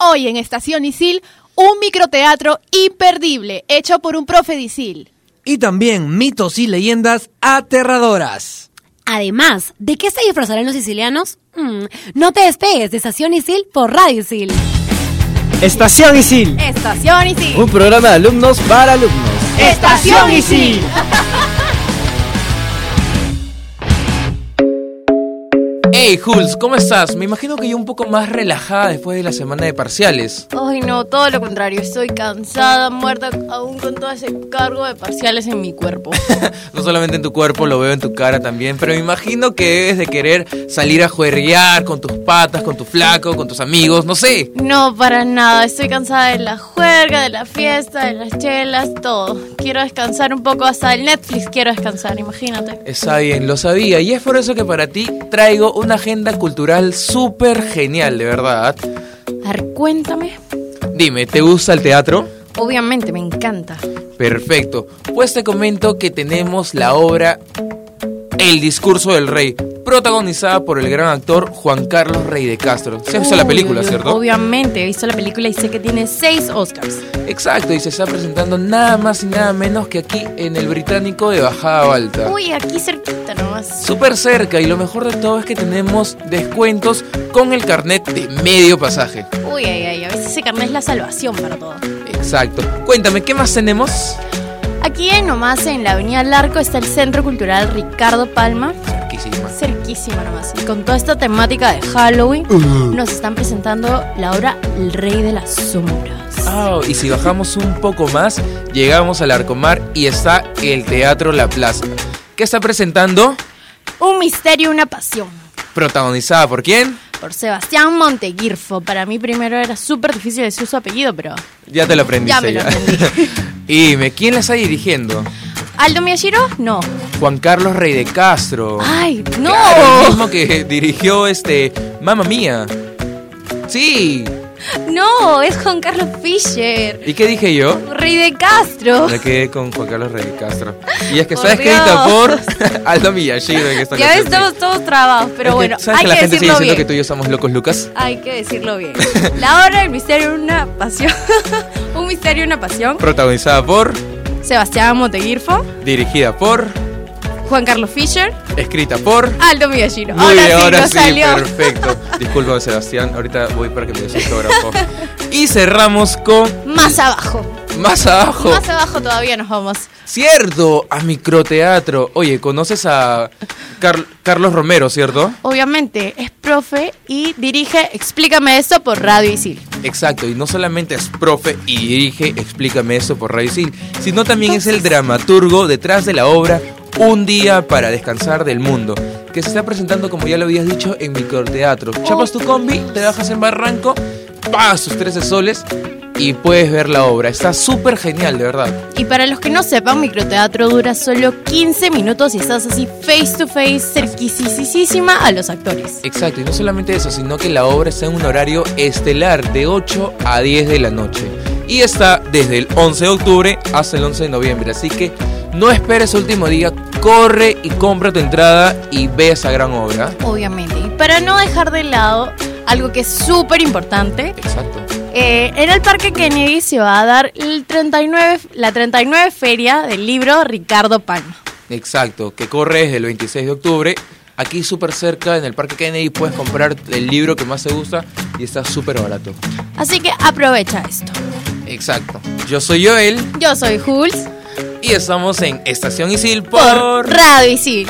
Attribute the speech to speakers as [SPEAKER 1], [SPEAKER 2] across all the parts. [SPEAKER 1] hoy en Estación Isil un microteatro imperdible hecho por un profe de Isil.
[SPEAKER 2] Y también mitos y leyendas aterradoras.
[SPEAKER 3] Además, ¿de qué se disfrazarán los sicilianos? Mm, no te despegues de Estación Isil por Radio Isil.
[SPEAKER 4] Estación Isil.
[SPEAKER 1] Estación Isil.
[SPEAKER 5] Un programa de alumnos para alumnos.
[SPEAKER 1] Estación Isil.
[SPEAKER 5] Hey, Jules, ¿cómo estás? Me imagino que yo un poco más relajada después de la semana de parciales.
[SPEAKER 6] Ay, no, todo lo contrario. Estoy cansada, muerta, aún con todo ese cargo de parciales en mi cuerpo.
[SPEAKER 5] No solamente en tu cuerpo, lo veo en tu cara también, pero me imagino que debes de querer salir a juerrear con tus patas, con tu flaco, con tus amigos, no sé.
[SPEAKER 6] No, para nada. Estoy cansada de la juerga, de la fiesta, de las chelas, todo. Quiero descansar un poco hasta el Netflix. Quiero descansar, imagínate.
[SPEAKER 5] Está bien, lo sabía, y es por eso que para ti traigo una agenda cultural súper genial, de verdad.
[SPEAKER 6] A ver, cuéntame.
[SPEAKER 5] Dime, ¿te gusta el teatro?
[SPEAKER 6] Obviamente, me encanta.
[SPEAKER 5] Perfecto. Pues te comento que tenemos la obra El discurso del rey, protagonizada por el gran actor Juan Carlos Rey de Castro. Se ha visto la
[SPEAKER 6] Uy,
[SPEAKER 5] película,
[SPEAKER 6] uy, uy,
[SPEAKER 5] ¿cierto?
[SPEAKER 6] Obviamente, he visto la película y sé que tiene seis Oscars.
[SPEAKER 5] Exacto, y se está presentando nada más y nada menos que aquí en el británico de Bajada Alta.
[SPEAKER 6] Uy, aquí cerquita nomás.
[SPEAKER 5] Súper cerca y lo mejor de todo es que tenemos descuentos con el carnet de medio pasaje.
[SPEAKER 6] Uy, ay, ay, a veces ese carnet es la salvación para todo.
[SPEAKER 5] Exacto. Cuéntame, ¿qué más tenemos?
[SPEAKER 6] Aquí en nomás, en la Avenida Larco, está el Centro Cultural Ricardo Palma.
[SPEAKER 5] Cerquísima.
[SPEAKER 6] Cerquísima nomás. Y con toda esta temática de Halloween,
[SPEAKER 7] Uh.
[SPEAKER 6] nos están presentando la obra El Rey de las Sombras.
[SPEAKER 5] Ah, y si bajamos un poco más, llegamos al Arcomar y está el Teatro La Plaza, que está presentando,
[SPEAKER 6] Un misterio, y una pasión.
[SPEAKER 5] protagonizada por quién?
[SPEAKER 6] Por Sebastián Monteguirfo. Para mí primero era súper difícil decir su apellido, pero
[SPEAKER 5] Ya te lo aprendiste.
[SPEAKER 6] Ya me lo aprendí.
[SPEAKER 5] y dime, ¿quién la está dirigiendo?
[SPEAKER 6] ¿Aldo Miyashiro? No.
[SPEAKER 5] Juan Carlos Rey de Castro.
[SPEAKER 3] Ah,
[SPEAKER 6] ¡Ay, no!
[SPEAKER 5] Claro, el mismo que dirigió este Mamma Mía. Sí.
[SPEAKER 3] No, es Juan Carlos Fischer,
[SPEAKER 5] ¿Y qué dije yo?
[SPEAKER 3] Rey de Castro.
[SPEAKER 5] Me quedé con Juan Carlos Rey de Castro. Y es que
[SPEAKER 3] Oh. Por
[SPEAKER 5] está escrita
[SPEAKER 3] Dios.
[SPEAKER 5] por Aldo Miyashiro en esta
[SPEAKER 3] Ya
[SPEAKER 5] ocasión.
[SPEAKER 3] estamos todos trabados, pero
[SPEAKER 5] Es que,
[SPEAKER 3] bueno,
[SPEAKER 5] ¿Sabes que
[SPEAKER 3] hay que,
[SPEAKER 5] la gente sigue
[SPEAKER 3] decirlo
[SPEAKER 5] diciendo
[SPEAKER 3] bien.
[SPEAKER 5] que tú y yo somos locos, Lucas?
[SPEAKER 3] Hay que decirlo bien. La obra del misterio es una pasión. Un misterio y una pasión.
[SPEAKER 5] protagonizada por,
[SPEAKER 3] Sebastián Monteguirfo,
[SPEAKER 5] dirigida por,
[SPEAKER 3] Juan Carlos Fischer,
[SPEAKER 5] escrita por.
[SPEAKER 3] Aldo Miyashiro.
[SPEAKER 5] Muy bien, ahora
[SPEAKER 3] no
[SPEAKER 5] sí,
[SPEAKER 3] salió.
[SPEAKER 5] perfecto. Disculpa, Sebastián, ahorita voy para que me des autógrafo. Y cerramos con
[SPEAKER 6] Más abajo.
[SPEAKER 5] más abajo.
[SPEAKER 6] Más abajo todavía nos vamos.
[SPEAKER 5] Cierto, a microteatro. Oye, conoces a Car- Carlos Romero, ¿cierto?
[SPEAKER 6] Obviamente, es profe y dirige Explícame esto por Radio Isil.
[SPEAKER 5] Exacto, y no solamente es profe y dirige Explícame eso por Radio Isil, sino también es el dramaturgo detrás de la obra Un día para descansar del mundo, que se está presentando, como ya lo habías dicho, en microteatro. Chapas tu combi, te bajas en Barranco, pagas tus 13 soles y puedes ver la obra. Está súper genial, de verdad.
[SPEAKER 6] Y para los que no sepan, microteatro dura solo 15 minutos y estás así face to face, cerquisísima a los actores.
[SPEAKER 5] Exacto, y no solamente eso, sino que la obra está en un horario estelar de 8 a 10 de la noche. Y está desde el 11 de octubre hasta el 11 de noviembre. Así que no esperes el último día, corre y compra tu entrada y ve esa gran obra.
[SPEAKER 6] Obviamente. Y para no dejar de lado algo que es súper importante,
[SPEAKER 5] Exacto.
[SPEAKER 6] eh, en el Parque Kennedy se va a dar el 39, la 39 Feria del libro Ricardo Palma.
[SPEAKER 5] Exacto, que corre desde el 26 de octubre. Aquí súper cerca, en el Parque Kennedy, puedes comprar el libro que más te gusta y está súper barato.
[SPEAKER 6] Así que aprovecha esto.
[SPEAKER 5] Exacto. Yo soy Joel
[SPEAKER 6] Yo soy Jules
[SPEAKER 5] y estamos en Estación Isil
[SPEAKER 6] por
[SPEAKER 5] por...
[SPEAKER 6] Radio Isil.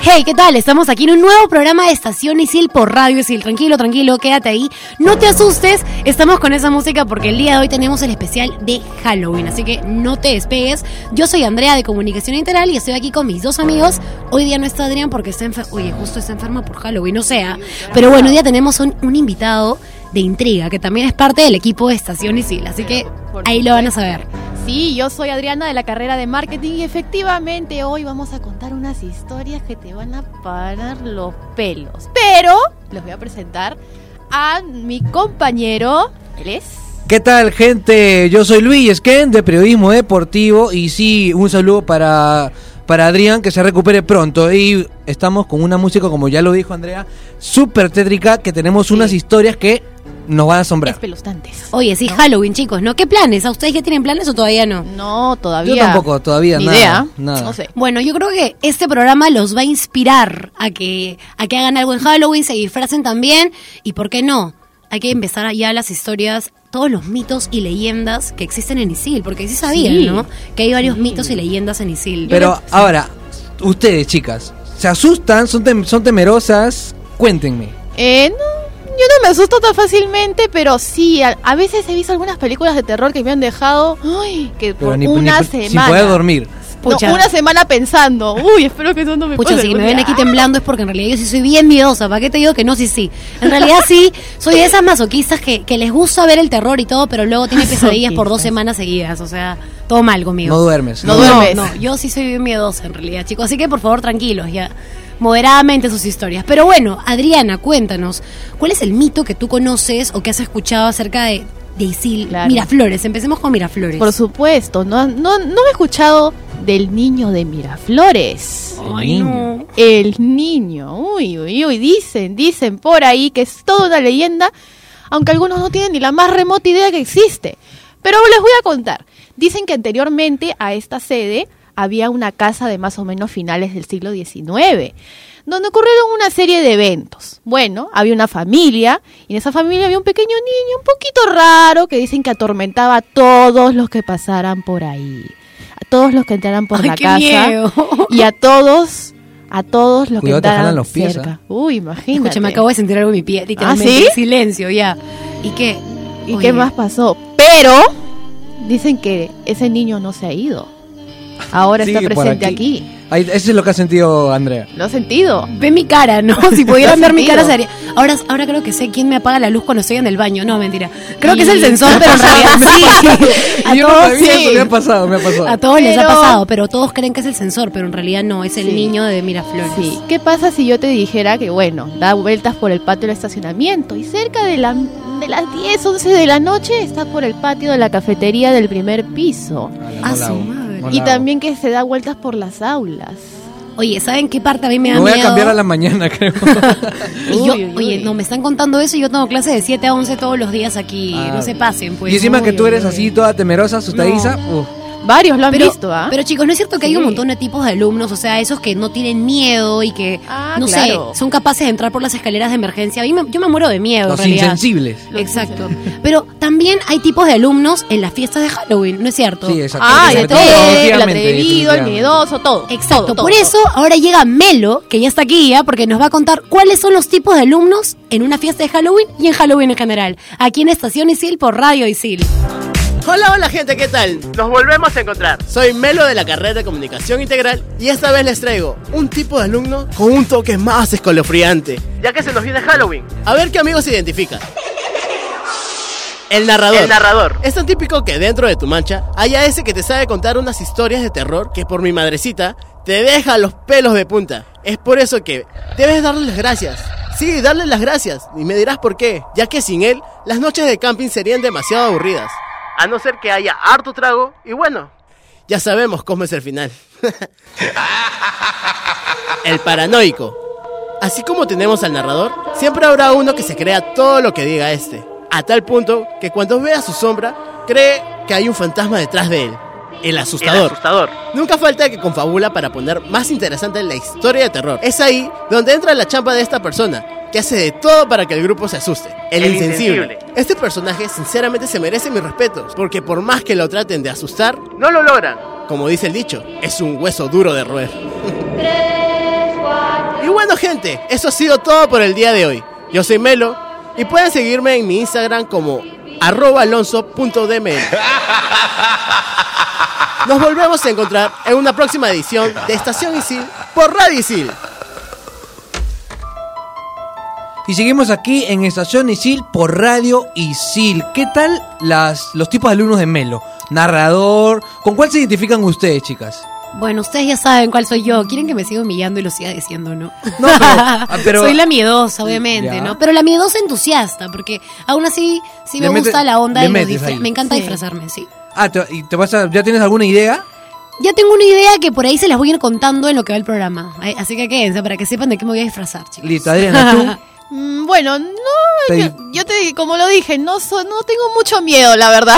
[SPEAKER 3] Hey, ¿qué tal? Estamos aquí en un nuevo programa de Estación Isil por Radio Isil. Tranquilo, tranquilo, quédate ahí. No te asustes, estamos con esa música porque el día de hoy tenemos el especial de Halloween, así que no te despegues. Yo soy Andrea de Comunicación Integral y estoy aquí con mis dos amigos. Hoy día no está Adrián porque está enfermo. Oye, justo está enferma por Halloween, no sea. Pero bueno, hoy día tenemos un, un invitado de intriga que también es parte del equipo de Estación Isil, así que ahí lo van a saber.
[SPEAKER 1] Sí, yo soy Adriana de la carrera de marketing y efectivamente hoy vamos a contar unas historias que te van a parar los pelos. Pero les voy a presentar a mi compañero, él es
[SPEAKER 2] ¿Qué tal, gente? Yo soy Luis Esquén de Periodismo Deportivo y sí, un saludo para, para Adrián, que se recupere pronto. Y estamos con una música, como ya lo dijo Andrea, súper tétrica, que tenemos unas historias que nos van a asombrar.
[SPEAKER 1] Espeluznantes.
[SPEAKER 3] Oye, sí, Halloween, chicos, ¿no? ¿Qué planes? ¿A ustedes ya tienen planes o todavía no?
[SPEAKER 1] No, todavía.
[SPEAKER 2] Yo tampoco, todavía
[SPEAKER 1] Ni
[SPEAKER 2] nada,
[SPEAKER 1] idea.
[SPEAKER 2] nada.
[SPEAKER 1] No sé.
[SPEAKER 3] Bueno, yo creo que este programa los va a inspirar a que, a que hagan algo en Halloween, se disfracen también. ¿Y por qué no? Hay que empezar ya las historias, todos los mitos y leyendas que existen en Isil, porque sí sabían,
[SPEAKER 1] Sí.
[SPEAKER 3] ¿no? Que hay varios mitos y leyendas en Isil.
[SPEAKER 2] Pero ahora, ustedes, chicas, ¿se asustan? ¿Son, tem- son temerosas? Cuéntenme.
[SPEAKER 1] Eh, no, yo no me asusto tan fácilmente, pero sí, a, a veces he visto algunas películas de terror que me han dejado ¡ay! que
[SPEAKER 2] Pero
[SPEAKER 1] por
[SPEAKER 2] ni-
[SPEAKER 1] una
[SPEAKER 2] ni-
[SPEAKER 1] semana.
[SPEAKER 2] Sin poder dormir.
[SPEAKER 1] No,
[SPEAKER 3] Pucha.
[SPEAKER 1] una semana pensando. Uy, espero que eso no me
[SPEAKER 3] Pucha,
[SPEAKER 1] pase
[SPEAKER 3] si me
[SPEAKER 1] algún
[SPEAKER 3] ven
[SPEAKER 1] día.
[SPEAKER 3] aquí temblando es porque en realidad yo sí soy bien miedosa. ¿Para qué te digo que no? Sí, sí. En realidad sí, soy de esas masoquistas que, que les gusta ver el terror y todo, pero luego tiene pesadillas por dos
[SPEAKER 1] Masoquistas.
[SPEAKER 3] semanas seguidas. O sea, todo mal conmigo.
[SPEAKER 2] No duermes.
[SPEAKER 1] No duermes.
[SPEAKER 3] No, yo sí soy bien miedosa en realidad, chicos. Así que por favor, tranquilos, ya. Moderadamente sus historias. Pero bueno, Adriana, cuéntanos, ¿cuál es el mito que tú conoces o que has escuchado acerca de, de Isil?
[SPEAKER 1] Claro.
[SPEAKER 3] Miraflores, empecemos con Miraflores.
[SPEAKER 1] Por supuesto, no, no, no me he escuchado del niño de Miraflores.
[SPEAKER 3] Ay, no.
[SPEAKER 1] El niño, uy, uy, uy, dicen, dicen por ahí que es toda una leyenda, aunque algunos no tienen ni la más remota idea que existe. Pero les voy a contar. Dicen que anteriormente a esta sede había una casa de más o menos finales del siglo XIX, donde ocurrieron una serie de eventos. Bueno, había una familia, y en esa familia había un pequeño niño un poquito raro que dicen que atormentaba a todos los que pasaran por ahí. A todos los que entraran por
[SPEAKER 3] Ay,
[SPEAKER 1] la
[SPEAKER 3] qué
[SPEAKER 1] casa
[SPEAKER 3] miedo.
[SPEAKER 1] y a todos, a todos los
[SPEAKER 2] Cuidado, te
[SPEAKER 1] que
[SPEAKER 2] jalan
[SPEAKER 1] andaban
[SPEAKER 2] los pies,
[SPEAKER 1] cerca.
[SPEAKER 2] ¿ah?
[SPEAKER 1] Uy, imagínate.
[SPEAKER 3] Escucha, me acabo de sentir algo en mi pie, literalmente.
[SPEAKER 1] ¿Ah, ¿sí?
[SPEAKER 3] en Silencio, ya. ¿Y qué?
[SPEAKER 1] ¿Y
[SPEAKER 3] Oye,
[SPEAKER 1] qué más pasó? Pero dicen que ese niño no se ha ido. Ahora está
[SPEAKER 2] Sigue por
[SPEAKER 1] presente
[SPEAKER 2] aquí.
[SPEAKER 1] aquí.
[SPEAKER 2] Ahí- eso es lo que ha sentido Andrea.
[SPEAKER 1] Lo has sentido.
[SPEAKER 3] Ve mi cara, ¿no? Si pudieran ver mi cara
[SPEAKER 1] Sentido.
[SPEAKER 3] sería... Ahora, ahora creo que sé quién me apaga la luz cuando estoy en el baño. No, mentira. Creo que es el
[SPEAKER 1] Y-
[SPEAKER 3] sensor, pero en realidad sí. A
[SPEAKER 2] Y yo no
[SPEAKER 3] todos
[SPEAKER 2] sabía
[SPEAKER 3] sí.
[SPEAKER 2] eso, ¿eh? me ha pasado, me ha pasado.
[SPEAKER 3] A todos les ha
[SPEAKER 1] Pero-
[SPEAKER 3] pasado, pero todos creen que es el sensor, pero en realidad no, es el
[SPEAKER 1] Sí.
[SPEAKER 3] niño de Miraflores.
[SPEAKER 1] Sí. ¿Qué pasa si yo te dijera que, bueno, da vueltas por el patio del estacionamiento y cerca de, la- de las 10, 11 de la noche está por el patio de la cafetería del primer piso?
[SPEAKER 3] Ah,
[SPEAKER 2] No
[SPEAKER 3] su
[SPEAKER 2] la hago,
[SPEAKER 3] madre.
[SPEAKER 2] no la
[SPEAKER 1] Y
[SPEAKER 2] hago.
[SPEAKER 1] también que se da vueltas por las aulas.
[SPEAKER 3] Oye, ¿saben qué parte a mí me da
[SPEAKER 2] Me voy a
[SPEAKER 3] miedo?
[SPEAKER 2] cambiar a la mañana, creo.
[SPEAKER 3] Y yo-
[SPEAKER 1] Uy, uy,
[SPEAKER 3] oye,
[SPEAKER 1] uy.
[SPEAKER 3] no, me están contando eso y yo tengo clase de 7 a 11 todos los días aquí.
[SPEAKER 2] Ah,
[SPEAKER 3] no se pasen, pues.
[SPEAKER 2] y encima que
[SPEAKER 3] Uy,
[SPEAKER 2] tú
[SPEAKER 3] uy,
[SPEAKER 2] eres
[SPEAKER 3] uy.
[SPEAKER 2] así, toda temerosa, asustadiza. uf.
[SPEAKER 1] Varios lo han
[SPEAKER 3] Pero,
[SPEAKER 1] visto, ¿ah?
[SPEAKER 3] pero chicos, ¿no es cierto que hay un
[SPEAKER 1] Sí.
[SPEAKER 3] montón de tipos de alumnos? O sea, esos que no tienen miedo y que,
[SPEAKER 1] Ah,
[SPEAKER 3] no
[SPEAKER 1] claro.
[SPEAKER 3] sé, son capaces de entrar por las escaleras de emergencia. A mí me- yo me muero de miedo, en
[SPEAKER 2] Los
[SPEAKER 3] realidad.
[SPEAKER 2] insensibles.
[SPEAKER 3] Exacto. Pero también hay tipos de alumnos en las fiestas de Halloween, ¿no es cierto?
[SPEAKER 2] Sí, exacto.
[SPEAKER 1] Ah, y de todo, el
[SPEAKER 2] Definitivamente,
[SPEAKER 1] atrevido, el
[SPEAKER 2] definitivamente.
[SPEAKER 1] miedoso, todo.
[SPEAKER 3] Exacto,
[SPEAKER 1] todo, todo,
[SPEAKER 3] por eso ahora llega Melo, que ya está aquí ya, porque nos va a contar cuáles son los tipos de alumnos en una fiesta de Halloween y en Halloween en general. Aquí en Estación Isil por Radio Isil.
[SPEAKER 7] Hola, hola gente, ¿qué tal?
[SPEAKER 8] Nos volvemos a encontrar.
[SPEAKER 7] Soy Melo de la carrera de Comunicación Integral y esta vez les traigo un tipo de alumno con un toque más escolofriante.
[SPEAKER 8] Ya que se nos viene Halloween,
[SPEAKER 7] A ver qué amigos se identifica. El narrador.
[SPEAKER 8] el narrador.
[SPEAKER 7] Es tan típico que dentro de tu mancha haya ese que te sabe contar unas historias de terror que por mi madrecita te deja los pelos de punta. Es por eso que debes darle las gracias. Sí, darle las gracias. Y me dirás por qué, ya que sin él las noches de camping serían demasiado aburridas.
[SPEAKER 8] A no ser que haya harto trago y bueno.
[SPEAKER 7] Ya sabemos cómo es el final. el paranoico. Así como tenemos al narrador, siempre habrá uno que se crea todo lo que diga este. A tal punto que cuando vea su sombra, cree que hay un fantasma detrás de él. El
[SPEAKER 8] El
[SPEAKER 7] asustador.
[SPEAKER 8] asustador.
[SPEAKER 7] Nunca falta el que confabula para poner más interesante la historia de terror. Es ahí donde entra la champa de esta persona, que hace de todo para que el grupo se asuste. El,
[SPEAKER 8] El
[SPEAKER 7] insensible.
[SPEAKER 8] insensible.
[SPEAKER 7] Este personaje sinceramente se merece mis respetos, porque por más que lo traten de asustar,
[SPEAKER 8] No lo logran.
[SPEAKER 7] como dice el dicho, es un hueso duro de roer. y bueno, gente, eso ha sido todo por el día de hoy. Yo soy Melo y pueden seguirme en mi Instagram como arroba alonso.dml. Nos volvemos a encontrar en una próxima edición de Estación Isil por Radio Isil.
[SPEAKER 2] Y seguimos aquí en Estación Isil por Radio Isil. ¿Qué tal las, los tipos de alumnos de Melo? Narrador. ¿Con cuál se identifican ustedes, chicas?
[SPEAKER 3] Bueno, ustedes ya saben cuál soy yo. Quieren que me siga humillando y lo siga diciendo, ¿no?
[SPEAKER 2] No, pero- ah, pero-
[SPEAKER 3] soy la miedosa, obviamente,
[SPEAKER 2] Ya.
[SPEAKER 3] ¿no? Pero la miedosa entusiasta, porque aún así sí me
[SPEAKER 2] Le mete-
[SPEAKER 3] gusta la onda
[SPEAKER 2] le
[SPEAKER 3] de los
[SPEAKER 2] metes
[SPEAKER 3] disfra-
[SPEAKER 2] ahí.
[SPEAKER 3] Me encanta
[SPEAKER 1] Sí.
[SPEAKER 3] disfrazarme, sí.
[SPEAKER 2] Ah, te, y te vas a- ¿ya tienes alguna idea?
[SPEAKER 3] Ya tengo una idea que por ahí se las voy a ir contando en lo que va el programa. Ay, Así que quédense para que sepan de qué me voy a disfrazar, chicos.
[SPEAKER 2] Listo, Adriana, tú.
[SPEAKER 1] Mm, Bueno, no,
[SPEAKER 2] Te-
[SPEAKER 1] yo, yo te como lo dije, no so- no tengo mucho miedo, la verdad.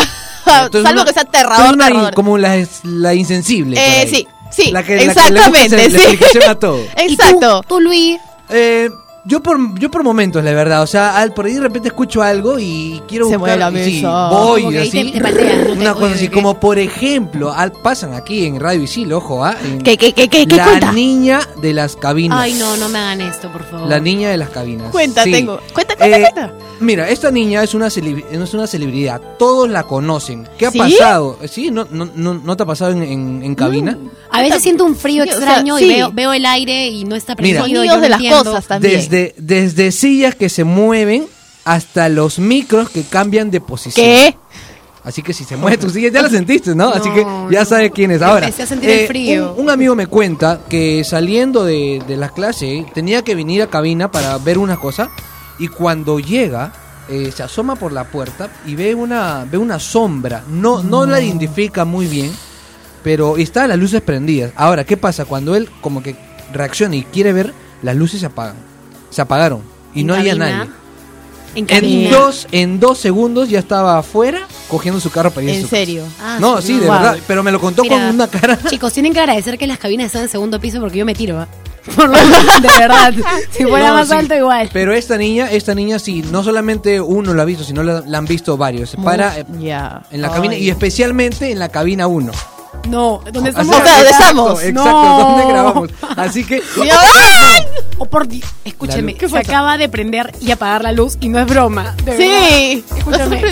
[SPEAKER 2] Tú eres
[SPEAKER 1] Salvo
[SPEAKER 2] una-
[SPEAKER 1] que sea
[SPEAKER 2] tú eres
[SPEAKER 1] aterrador,
[SPEAKER 2] una in-
[SPEAKER 1] aterrador.
[SPEAKER 2] como la, la insensible. por
[SPEAKER 1] Eh,
[SPEAKER 2] ahí.
[SPEAKER 1] sí, sí,
[SPEAKER 2] La que- la que le busca
[SPEAKER 1] exactamente,
[SPEAKER 2] la
[SPEAKER 1] sí.
[SPEAKER 2] explicación a todo.
[SPEAKER 3] ¿Y tú,
[SPEAKER 1] Exacto.
[SPEAKER 3] tú, Luis.
[SPEAKER 2] Eh, yo por, yo por momentos, la verdad. O sea, al- por ahí de repente escucho algo y quiero
[SPEAKER 1] Se mueve
[SPEAKER 2] buscar.
[SPEAKER 1] la
[SPEAKER 2] y sí,
[SPEAKER 1] mesa.
[SPEAKER 2] voy
[SPEAKER 3] Como que ahí
[SPEAKER 2] así.
[SPEAKER 3] te- te patean, ¿no?
[SPEAKER 2] una
[SPEAKER 3] Te-
[SPEAKER 2] cosa
[SPEAKER 3] oye,
[SPEAKER 2] así,
[SPEAKER 3] ¿qué?
[SPEAKER 2] como por ejemplo, al- pasan aquí en Radio Isil, ojo, ¿ah? En-
[SPEAKER 1] ¿Qué, qué, qué, qué, qué
[SPEAKER 2] la
[SPEAKER 1] cuenta?
[SPEAKER 2] niña de las cabinas.
[SPEAKER 3] Ay, no, no me hagan esto, por favor.
[SPEAKER 2] La niña de las cabinas.
[SPEAKER 1] Cuenta,
[SPEAKER 2] Sí.
[SPEAKER 1] tengo. Cuenta, cuenta,
[SPEAKER 2] Eh,
[SPEAKER 1] cuenta.
[SPEAKER 2] Mira, esta niña es una, celebri- es una celebridad. Todos la conocen. ¿Qué ha
[SPEAKER 1] ¿Sí?
[SPEAKER 2] pasado? Sí, no, no, no, ¿no te ha pasado en, en- en cabina?
[SPEAKER 3] A veces siento un frío
[SPEAKER 1] Sí, o sea,
[SPEAKER 3] extraño
[SPEAKER 1] sí.
[SPEAKER 3] y veo, veo el aire y no está
[SPEAKER 2] Mira.
[SPEAKER 3] prendido. yo
[SPEAKER 1] Sonidos
[SPEAKER 3] no
[SPEAKER 1] de las
[SPEAKER 3] entiendo.
[SPEAKER 1] cosas también.
[SPEAKER 2] Desde, desde sillas que se mueven hasta los micros que cambian de posición.
[SPEAKER 1] ¿Qué?
[SPEAKER 2] Así que si se mueve tu silla, ya la sentiste, ¿no? Así que
[SPEAKER 3] No,
[SPEAKER 2] ya
[SPEAKER 3] no.
[SPEAKER 2] sabes quién es. Ahora, eh,
[SPEAKER 3] Empecé a sentir el frío.
[SPEAKER 2] Un, un amigo me cuenta que saliendo de, de la clase tenía que venir a cabina para ver una cosa y cuando llega eh, se asoma por la puerta y ve una, ve una sombra. No, no, la identifica muy bien, pero está las luces prendidas. Ahora, ¿qué pasa? Cuando él como que reacciona y quiere ver, las luces se apagan. Se apagaron y
[SPEAKER 3] En
[SPEAKER 2] no había
[SPEAKER 3] cabina.
[SPEAKER 2] nadie.
[SPEAKER 3] En
[SPEAKER 2] En
[SPEAKER 3] cabina.
[SPEAKER 2] dos, en dos segundos ya estaba afuera cogiendo su carro para irse a
[SPEAKER 1] En
[SPEAKER 2] su casa.
[SPEAKER 1] serio.
[SPEAKER 3] Ah,
[SPEAKER 2] No, sí, de
[SPEAKER 3] Wow.
[SPEAKER 2] verdad. Pero me lo contó
[SPEAKER 3] Mira,
[SPEAKER 2] con una cara.
[SPEAKER 3] Chicos, tienen que agradecer que las cabinas están en segundo piso porque yo me tiro, ¿ah? Por lo menos, de verdad. Si fuera
[SPEAKER 2] No,
[SPEAKER 3] más
[SPEAKER 2] sí.
[SPEAKER 3] alto, igual.
[SPEAKER 2] Pero esta niña, esta niña sí, no solamente uno la ha visto, sino la, la han visto varios. Se para eh,
[SPEAKER 1] Ya.
[SPEAKER 2] en la cabina y especialmente en la cabina 1.
[SPEAKER 3] No, ¿dónde
[SPEAKER 2] Así-
[SPEAKER 3] estamos?
[SPEAKER 1] O sea, ¿dónde estamos?
[SPEAKER 2] Exacto, ¿dónde grabamos? Así que
[SPEAKER 3] O por di-
[SPEAKER 2] La
[SPEAKER 3] Escúcheme,
[SPEAKER 2] luz.
[SPEAKER 3] se acaba de prender y apagar la luz y no es broma. de verdad.
[SPEAKER 1] Sí.
[SPEAKER 3] Escúchame.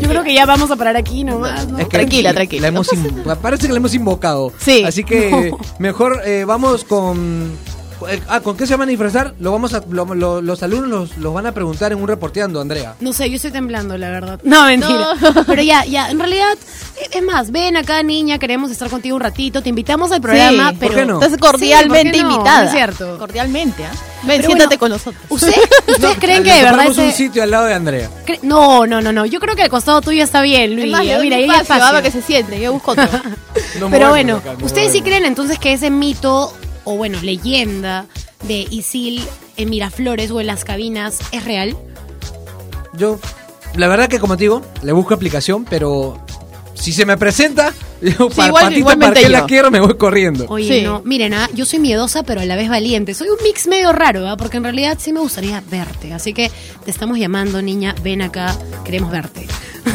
[SPEAKER 3] Yo creo que ya vamos a parar aquí nomás, ¿no?
[SPEAKER 2] Es que
[SPEAKER 1] Tranquila,
[SPEAKER 2] la-
[SPEAKER 1] tranquila,
[SPEAKER 2] la
[SPEAKER 1] no
[SPEAKER 2] hemos in- parece que la hemos invocado.
[SPEAKER 1] Sí.
[SPEAKER 2] Así que mejor eh, vamos con. eh, ah, ¿con qué se van a disfrazar? Lo vamos a, lo- lo- los alumnos los, los van a preguntar en un reporteando, Andrea.
[SPEAKER 3] No sé, yo estoy temblando, la verdad. No, mentira. Pero ya, ya, en realidad, e- es más, ven acá, niña, queremos estar contigo un ratito, te invitamos al programa,
[SPEAKER 1] Sí.
[SPEAKER 3] pero...
[SPEAKER 2] ¿Por qué no?
[SPEAKER 1] Estás
[SPEAKER 3] Sí,
[SPEAKER 1] cordialmente
[SPEAKER 3] ¿por qué no?
[SPEAKER 1] invitada.
[SPEAKER 3] No es cierto.
[SPEAKER 1] Cordialmente, ¿ah? Ven,
[SPEAKER 3] Pero
[SPEAKER 1] siéntate
[SPEAKER 3] bueno,
[SPEAKER 1] con nosotros.
[SPEAKER 3] ¿Ustedes, ustedes creen que de
[SPEAKER 2] Le
[SPEAKER 3] verdad
[SPEAKER 2] ponemos un
[SPEAKER 3] ese-
[SPEAKER 2] sitio al lado de Andrea.
[SPEAKER 3] cre- No, no, no, no. Yo creo que al costado tuyo está bien, Luis.
[SPEAKER 1] Es más, le
[SPEAKER 3] Mira,
[SPEAKER 1] doy
[SPEAKER 3] mira,
[SPEAKER 1] un
[SPEAKER 3] ahí hay
[SPEAKER 1] espacio,
[SPEAKER 3] espacio.
[SPEAKER 1] ah, para que se siente, yo busco otro.
[SPEAKER 2] No
[SPEAKER 3] Pero
[SPEAKER 2] movemos
[SPEAKER 3] bueno,
[SPEAKER 2] acá, no
[SPEAKER 3] ¿ustedes sí
[SPEAKER 2] movemos.
[SPEAKER 3] creen entonces que ese mito, o bueno, leyenda de Isil en Miraflores o en las cabinas es real?
[SPEAKER 2] Yo, la verdad que como te digo, le busco aplicación, pero si se me presenta, yo para
[SPEAKER 1] igual-
[SPEAKER 2] patita
[SPEAKER 1] igualmente
[SPEAKER 2] para que
[SPEAKER 1] yo.
[SPEAKER 2] la quiero, me voy corriendo.
[SPEAKER 3] Oye,
[SPEAKER 1] Sí.
[SPEAKER 3] no, miren, ah, yo soy miedosa pero a la vez valiente. Soy un mix medio raro, ¿ah? porque en realidad sí me gustaría verte. Así que te estamos llamando, niña, ven acá, queremos verte.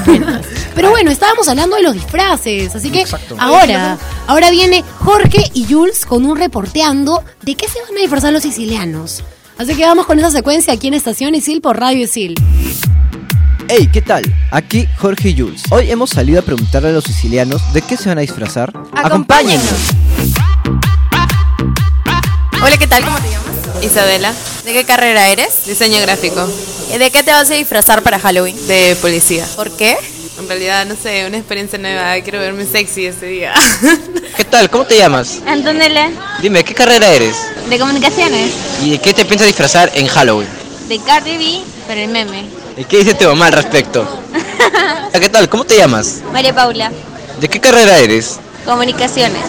[SPEAKER 3] pero bueno, estábamos hablando de los disfraces, así que
[SPEAKER 2] Exacto.
[SPEAKER 3] ahora, ahora viene Jorge y Jules con un reporteando de qué se van a disfrazar los sicilianos. Así que vamos con esa secuencia aquí en Estación Isil por Radio Isil.
[SPEAKER 4] Hey, ¿qué tal? Aquí Jorge y Jules. Hoy hemos salido a preguntarle a los sicilianos de qué se van a disfrazar.
[SPEAKER 9] Ah,
[SPEAKER 6] Acompáñennos. Hola, ¿qué tal? ¿Cómo te llamas? Isabela. ¿De qué carrera eres? Diseño gráfico. ¿De qué te vas a disfrazar para Halloween? De policía. ¿Por qué? En realidad, no sé, una experiencia nueva. Quiero verme sexy ese día.
[SPEAKER 9] ¿Qué tal? ¿Cómo te llamas?
[SPEAKER 10] Antonella,
[SPEAKER 9] Dime, ¿qué carrera eres?
[SPEAKER 10] de comunicaciones,
[SPEAKER 9] ¿Y de qué te piensas disfrazar en Halloween?
[SPEAKER 10] de Cardi B, pero el meme.
[SPEAKER 9] ¿Y qué dice tu mamá al respecto? Ah, ¿Qué tal? ¿Cómo te llamas?
[SPEAKER 10] María Paula,
[SPEAKER 9] ¿De qué carrera eres?
[SPEAKER 10] comunicaciones,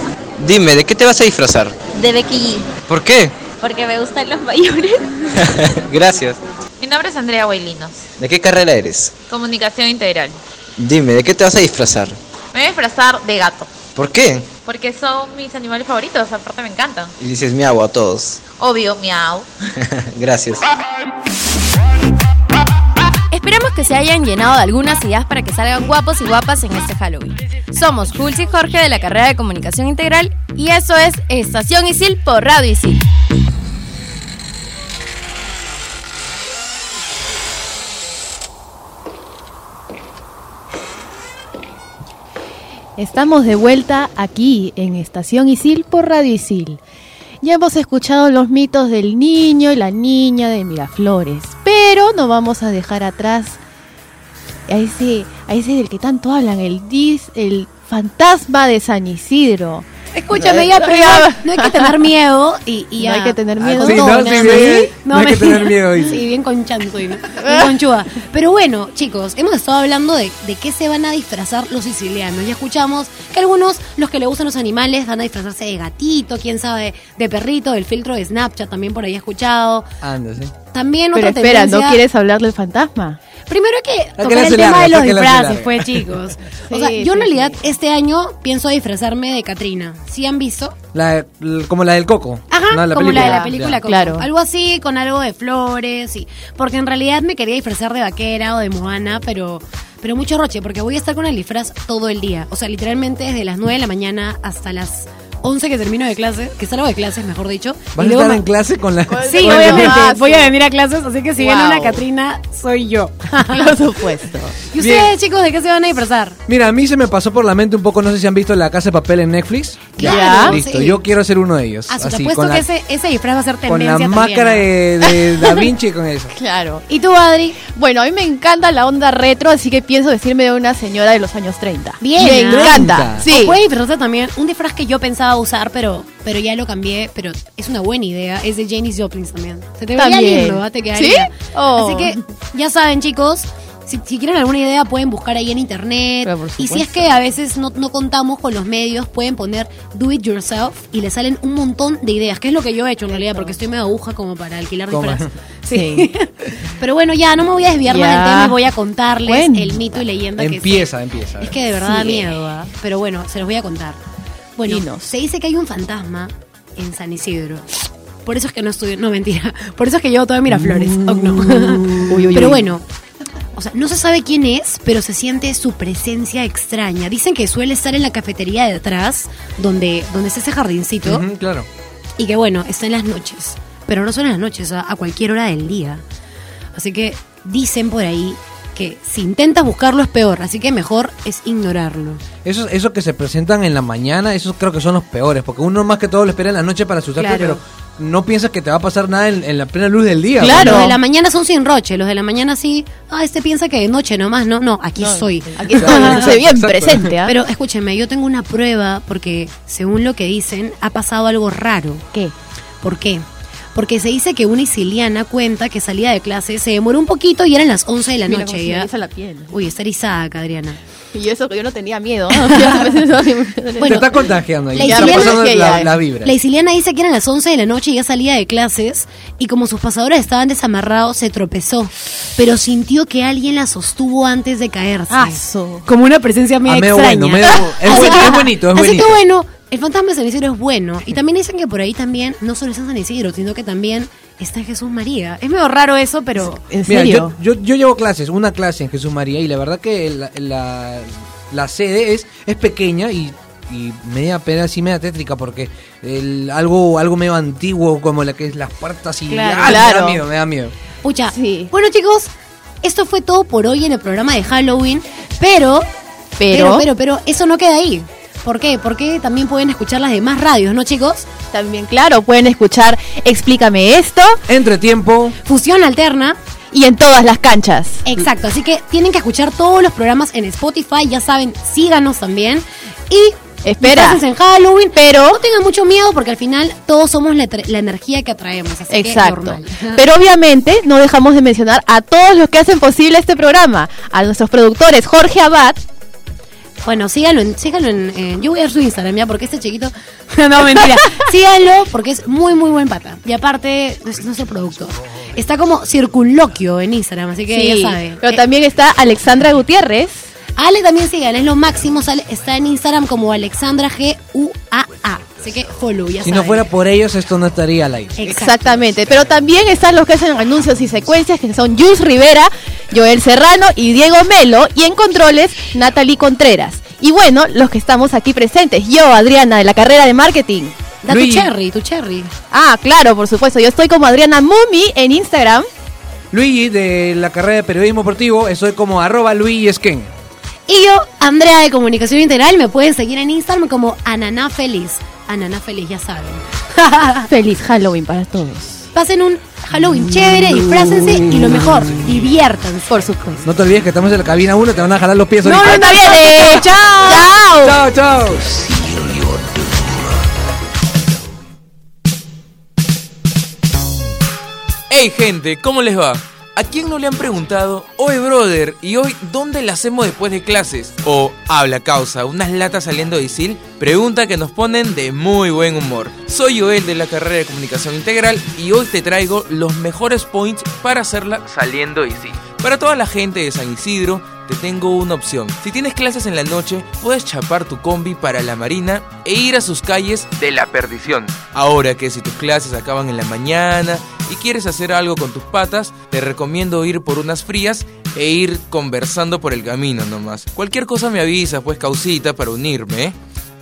[SPEAKER 9] Dime, ¿de qué te vas a disfrazar?
[SPEAKER 10] de Becky G,
[SPEAKER 9] ¿Por qué?
[SPEAKER 10] porque me gustan los mayores.
[SPEAKER 9] Gracias.
[SPEAKER 10] Mi nombre es Andrea Guailinos,
[SPEAKER 9] ¿De qué carrera eres?
[SPEAKER 10] comunicación integral.
[SPEAKER 9] Dime, ¿de qué te vas a disfrazar?
[SPEAKER 10] Me voy a disfrazar de gato,
[SPEAKER 9] ¿Por qué?
[SPEAKER 10] porque son mis animales favoritos, aparte me encantan.
[SPEAKER 9] Y dices mi agua a todos.
[SPEAKER 10] Obvio, miau.
[SPEAKER 9] Gracias.
[SPEAKER 6] Esperamos que se hayan llenado de algunas ideas para que salgan guapos y guapas en este Halloween. Somos Jules y Jorge de la carrera de Comunicación Integral y eso es Estación Isil por Radio Isil.
[SPEAKER 1] Estamos de vuelta aquí en Estación Isil por Radio Isil. Ya hemos escuchado los mitos del niño y la niña de Miraflores, pero no vamos a dejar atrás a ese, a ese del que tanto hablan, el, dis, el fantasma de San Isidro.
[SPEAKER 3] Escúchame, ya, pero ya, no hay que tener miedo y, y
[SPEAKER 1] No hay
[SPEAKER 3] ya.
[SPEAKER 1] que tener
[SPEAKER 3] Ah,
[SPEAKER 1] miedo.
[SPEAKER 3] con
[SPEAKER 1] Sí,
[SPEAKER 3] todo,
[SPEAKER 2] no,
[SPEAKER 3] nada
[SPEAKER 2] sí,
[SPEAKER 3] más.
[SPEAKER 2] bien. No hay que
[SPEAKER 3] mentira.
[SPEAKER 2] tener miedo, dice.
[SPEAKER 3] Sí, bien conchan soy, ¿no? Bien conchuda. Pero bueno, chicos, hemos estado hablando de, de qué se van a disfrazar los sicilianos. Ya escuchamos que algunos, los que le gustan los animales, van a disfrazarse de gatito, quién sabe, de perrito, del filtro de Snapchat, también por ahí he escuchado.
[SPEAKER 2] Anda, sí.
[SPEAKER 3] También
[SPEAKER 1] Pero
[SPEAKER 3] otra
[SPEAKER 1] espera, ¿no
[SPEAKER 3] tendencia-
[SPEAKER 1] quieres hablar del fantasma?
[SPEAKER 3] Primero hay que
[SPEAKER 2] que
[SPEAKER 3] tocar
[SPEAKER 2] la
[SPEAKER 3] el
[SPEAKER 2] hace
[SPEAKER 3] tema
[SPEAKER 2] larga,
[SPEAKER 3] de los
[SPEAKER 2] la que la hace
[SPEAKER 3] disfraces,
[SPEAKER 2] larga.
[SPEAKER 3] pues, chicos. o sea,
[SPEAKER 1] Sí,
[SPEAKER 3] yo en
[SPEAKER 1] sí,
[SPEAKER 3] realidad este año pienso disfrazarme de Catrina. ¿Sí han visto?
[SPEAKER 2] La- l- como la del coco.
[SPEAKER 3] Ajá,
[SPEAKER 2] No,
[SPEAKER 3] como la de la
[SPEAKER 1] Ya,
[SPEAKER 3] película,
[SPEAKER 1] ya.
[SPEAKER 3] Coco.
[SPEAKER 1] Claro.
[SPEAKER 3] Algo así, con algo de flores, sí. Porque en realidad me quería disfrazar de vaquera o de moana, pero, pero mucho roche, porque voy a estar con el disfraz todo el día. O sea, literalmente desde las 9 de la mañana hasta las 11 que termino de clase, que salgo de clases, mejor dicho.
[SPEAKER 2] ¿Vas
[SPEAKER 3] y
[SPEAKER 2] a
[SPEAKER 3] luego
[SPEAKER 2] estar
[SPEAKER 3] me-
[SPEAKER 2] en clase con la.
[SPEAKER 3] Sí,
[SPEAKER 2] con la-
[SPEAKER 3] obviamente.
[SPEAKER 6] Ah, sí.
[SPEAKER 3] Voy a venir a clases, así que si viene
[SPEAKER 6] Wow.
[SPEAKER 3] una Catrina, soy yo.
[SPEAKER 1] Por supuesto.
[SPEAKER 3] ¿Y
[SPEAKER 2] Bien.
[SPEAKER 3] ustedes, chicos, de qué se van a disfrazar?
[SPEAKER 2] Mira, a mí se me pasó por la mente un poco, no sé si han visto La Casa de Papel en Netflix.
[SPEAKER 3] Claro,
[SPEAKER 2] Listo,
[SPEAKER 3] sí.
[SPEAKER 2] yo quiero ser uno de ellos.
[SPEAKER 3] Ah, su- te
[SPEAKER 2] así,
[SPEAKER 3] apuesto
[SPEAKER 2] con
[SPEAKER 3] que
[SPEAKER 2] la,
[SPEAKER 3] ese, ese disfraz va a ser
[SPEAKER 2] con
[SPEAKER 3] tendencia
[SPEAKER 2] la
[SPEAKER 3] también,
[SPEAKER 2] máscara
[SPEAKER 3] ¿no?
[SPEAKER 2] de, de Da Vinci y con eso.
[SPEAKER 1] Claro.
[SPEAKER 3] ¿Y tú, Adri?
[SPEAKER 1] Bueno, a mí me encanta la onda retro, así que pienso decirme de una señora de los años 30.
[SPEAKER 3] Bien,
[SPEAKER 1] Me
[SPEAKER 3] ¿ah?
[SPEAKER 1] encanta.
[SPEAKER 3] O
[SPEAKER 1] Sí.
[SPEAKER 3] puede disfrazarse también. Un disfraz que yo pensaba usar, pero, pero ya lo cambié. Pero es una buena idea. Es de Janis Joplin también. Se te vería
[SPEAKER 1] También.
[SPEAKER 3] lindo, ¿ah? te quedaría.
[SPEAKER 1] ¿Sí? Oh.
[SPEAKER 3] Así que ya saben, chicos. Si, si quieren alguna idea, pueden buscar ahí en internet.
[SPEAKER 1] Pero por
[SPEAKER 3] Y si es
[SPEAKER 1] supuesto.
[SPEAKER 3] que a veces no, no contamos con los medios, pueden poner do it yourself y le salen un montón de ideas, que es lo que yo he hecho en realidad, porque estoy medio aguja como para alquilar
[SPEAKER 2] Toma.
[SPEAKER 3] disfraz.
[SPEAKER 1] Sí.
[SPEAKER 3] Pero bueno, ya no me voy a desviar más
[SPEAKER 1] Ya.
[SPEAKER 3] del tema y voy a contarles
[SPEAKER 1] Cuenta.
[SPEAKER 3] el mito y leyenda que sí.
[SPEAKER 2] Empieza, empieza.
[SPEAKER 3] Es que de verdad da
[SPEAKER 1] Sí.
[SPEAKER 3] miedo, ¿ah? pero bueno, se los voy a contar. Bueno,
[SPEAKER 1] Dinos.
[SPEAKER 3] se dice que hay un fantasma en San Isidro. Por eso es que no estudio, no mentira, por eso es que llevo todo Miraflores, oh, no.
[SPEAKER 1] Mm. uy, uy.
[SPEAKER 3] pero bueno, o sea, no se sabe quién es, pero se siente su presencia extraña. Dicen que suele estar en la cafetería de atrás, donde, donde es ese jardincito,
[SPEAKER 2] Ujú, claro.
[SPEAKER 3] y que bueno, está en las noches. Pero no son en las noches, a, a cualquier hora del día. Así que dicen por ahí que si intentas buscarlo es peor, así que mejor es ignorarlo.
[SPEAKER 2] Esos, esos que se presentan en la mañana, esos creo que son los peores, porque uno más que todo lo espera en la noche para
[SPEAKER 3] Claro.
[SPEAKER 2] asustarte, pero no piensas que te va a pasar nada en, en la plena luz del día.
[SPEAKER 1] Claro.
[SPEAKER 3] Los de la mañana son sin roche, los de la mañana sí, ah, este piensa que de noche nomás, no, no, aquí soy.
[SPEAKER 1] Aquí estoy bien
[SPEAKER 2] Exacto.
[SPEAKER 1] presente, ¿ah?
[SPEAKER 3] Pero escúchenme, yo tengo una prueba porque según lo que dicen ha pasado algo raro.
[SPEAKER 1] ¿Qué?
[SPEAKER 3] ¿Por qué? Porque se dice que una isiliana cuenta que salía de clase, se demoró un poquito y eran las 11 de la
[SPEAKER 1] Mira cómo se
[SPEAKER 3] noche
[SPEAKER 1] me
[SPEAKER 3] ya.
[SPEAKER 1] eriza la piel.
[SPEAKER 3] Uy, está erizada acá, Adriana.
[SPEAKER 1] Y eso que yo no tenía miedo.
[SPEAKER 2] Te
[SPEAKER 3] Bueno,
[SPEAKER 2] está contagiando ahí.
[SPEAKER 3] la
[SPEAKER 2] te está
[SPEAKER 3] isiliana-
[SPEAKER 2] pasando la,
[SPEAKER 1] ya,
[SPEAKER 2] la vibra.
[SPEAKER 3] La isiliana dice que eran las 11 de la noche y ya salía de clases y como sus pasadores estaban desamarrados se tropezó, pero sintió que alguien la sostuvo antes de caerse.
[SPEAKER 1] Aso.
[SPEAKER 3] Como una presencia media
[SPEAKER 2] Ah, medio
[SPEAKER 3] extraña.
[SPEAKER 2] bueno, medio- Ah, es
[SPEAKER 3] Así
[SPEAKER 2] bueno,
[SPEAKER 3] que-
[SPEAKER 2] es bonito, es
[SPEAKER 3] así
[SPEAKER 2] bonito.
[SPEAKER 3] que bueno, el fantasma de San Isidro es bueno. Y también dicen que por ahí también, no solo está San Isidro, sino que también está Jesús María. Es medio raro eso, pero...
[SPEAKER 1] ¿En
[SPEAKER 2] Mira,
[SPEAKER 1] serio?
[SPEAKER 2] Yo, yo, yo llevo clases, una clase en Jesús María, y la verdad que la, la- la sede es, es pequeña y, y media pena así media tétrica, porque el, algo, algo medio antiguo, como la que es las puertas y
[SPEAKER 1] Claro,
[SPEAKER 2] ¡Ah, me da
[SPEAKER 1] claro.
[SPEAKER 2] miedo, me da miedo.
[SPEAKER 3] Pucha.
[SPEAKER 1] Sí.
[SPEAKER 3] Bueno, chicos, esto fue todo por hoy en el programa de Halloween, pero...
[SPEAKER 1] Pero-
[SPEAKER 3] pero, pero eso no queda ahí. ¿Por qué? Porque también pueden escuchar las demás radios, ¿no, chicos?
[SPEAKER 1] También, claro, pueden escuchar Explícame esto
[SPEAKER 2] Entre tiempo,
[SPEAKER 3] Fusión Alterna.
[SPEAKER 1] y en todas las canchas.
[SPEAKER 3] Exacto, así que tienen que escuchar todos los programas en Spotify, ya saben, síganos también. Y
[SPEAKER 1] Espera.
[SPEAKER 3] disfraces en Halloween, pero no tengan mucho miedo porque al final todos somos la, tra- la energía que atraemos. Así Que
[SPEAKER 1] Exacto.
[SPEAKER 3] normal.
[SPEAKER 1] Pero obviamente no dejamos de mencionar a todos los que hacen posible este programa. A nuestros productores, Jorge Abad.
[SPEAKER 3] Bueno, síganlo en, síganlo en, en- yo voy a ver su Instagram ya porque este chiquito, no mentira, síganlo porque es muy muy buen pata y aparte es nuestro productor. Está como circunloquio en Instagram, así que
[SPEAKER 1] Sí,
[SPEAKER 3] ya saben.
[SPEAKER 1] Pero
[SPEAKER 3] Eh,
[SPEAKER 1] también está Alexandra Gutiérrez.
[SPEAKER 3] Ale también sigan, es lo máximo, sale- está en Instagram como Alexandra G U A A, así que follow ya
[SPEAKER 2] si no
[SPEAKER 3] saben.
[SPEAKER 2] fuera por ellos, esto no estaría al aire.
[SPEAKER 1] Eh.
[SPEAKER 3] Exacto.
[SPEAKER 1] Exactamente, pero también están los que hacen anuncios y secuencias, que son Jules Rivera, Joel Serrano y Diego Melo, y en controles, Natalie Contreras. Y bueno, los que estamos aquí presentes, yo, Adriana, de la carrera de marketing.
[SPEAKER 3] Da tu
[SPEAKER 2] Luigi.
[SPEAKER 3] cherry, tu cherry.
[SPEAKER 1] Ah, claro, por supuesto, yo estoy como Adriana Mumi en Instagram.
[SPEAKER 2] Luigi, de la carrera de periodismo deportivo, soy como arroba Luigi Esquen.
[SPEAKER 3] Y yo, Andrea de Comunicación Integral, me pueden seguir en Instagram como Ananá Feliz. Ananá Feliz, ya saben.
[SPEAKER 1] Feliz Halloween para todos.
[SPEAKER 3] Pasen un Halloween chévere, disfrácense y lo mejor, diviértanse. Por supuesto.
[SPEAKER 2] No te olvides que estamos en la cabina 1, te van a jalar los pies ahorita.
[SPEAKER 1] está bien, eh. Chao.
[SPEAKER 2] Chao, chao.
[SPEAKER 5] Hey gente, ¿cómo les va? ¿A quién no le han preguntado, oye brother, y hoy dónde la hacemos después de clases? O habla causa, unas latas saliendo de ISIL, pregunta que nos ponen de muy buen humor. Soy Joel de la carrera de comunicación integral y hoy te traigo los mejores points para hacerla saliendo de ISIL. Para toda la gente de San Isidro, te tengo una opción. Si tienes clases en la noche, puedes chapar tu combi para la marina e ir a sus calles de la perdición. Ahora que si tus clases acaban en la mañana y quieres hacer algo con tus patas, te recomiendo ir por unas frías e ir conversando por el camino nomás. Cualquier cosa me avisas, pues causita, para unirme. ¿eh?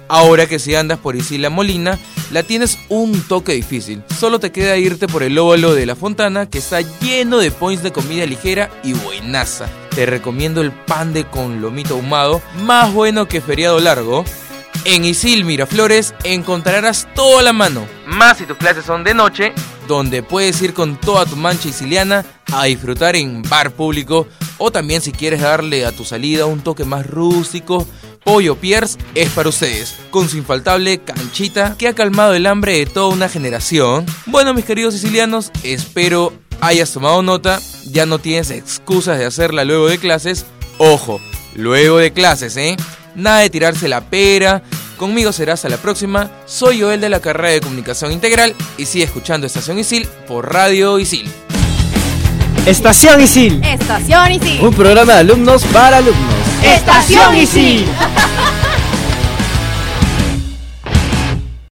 [SPEAKER 5] Ahora que si andas por Isila Molina, la tienes un toque difícil. Solo te queda irte por el óvalo de la fontana que está lleno de points de comida ligera y buenaza. Te recomiendo el pan de con lomito ahumado, más bueno que feriado largo. En Isil Miraflores encontrarás toda la mano, más si tus clases son de noche, donde puedes ir con toda tu mancha isiliana a disfrutar en bar público o también si quieres darle a tu salida un toque más rústico, Pollo Piers es para ustedes, con su infaltable canchita que ha calmado el hambre de toda una generación. Bueno, mis queridos sicilianos, espero hayas tomado nota, ya no tienes excusas de hacerla luego de clases. Ojo, luego de clases, ¿eh? Nada de tirarse la pera. Conmigo serás a la próxima. Soy Joel de la carrera de comunicación integral y sigue escuchando Estación Isil por Radio Isil.
[SPEAKER 4] Estación Isil.
[SPEAKER 1] Estación Isil.
[SPEAKER 4] Un programa de alumnos para alumnos.
[SPEAKER 1] Estación Isil.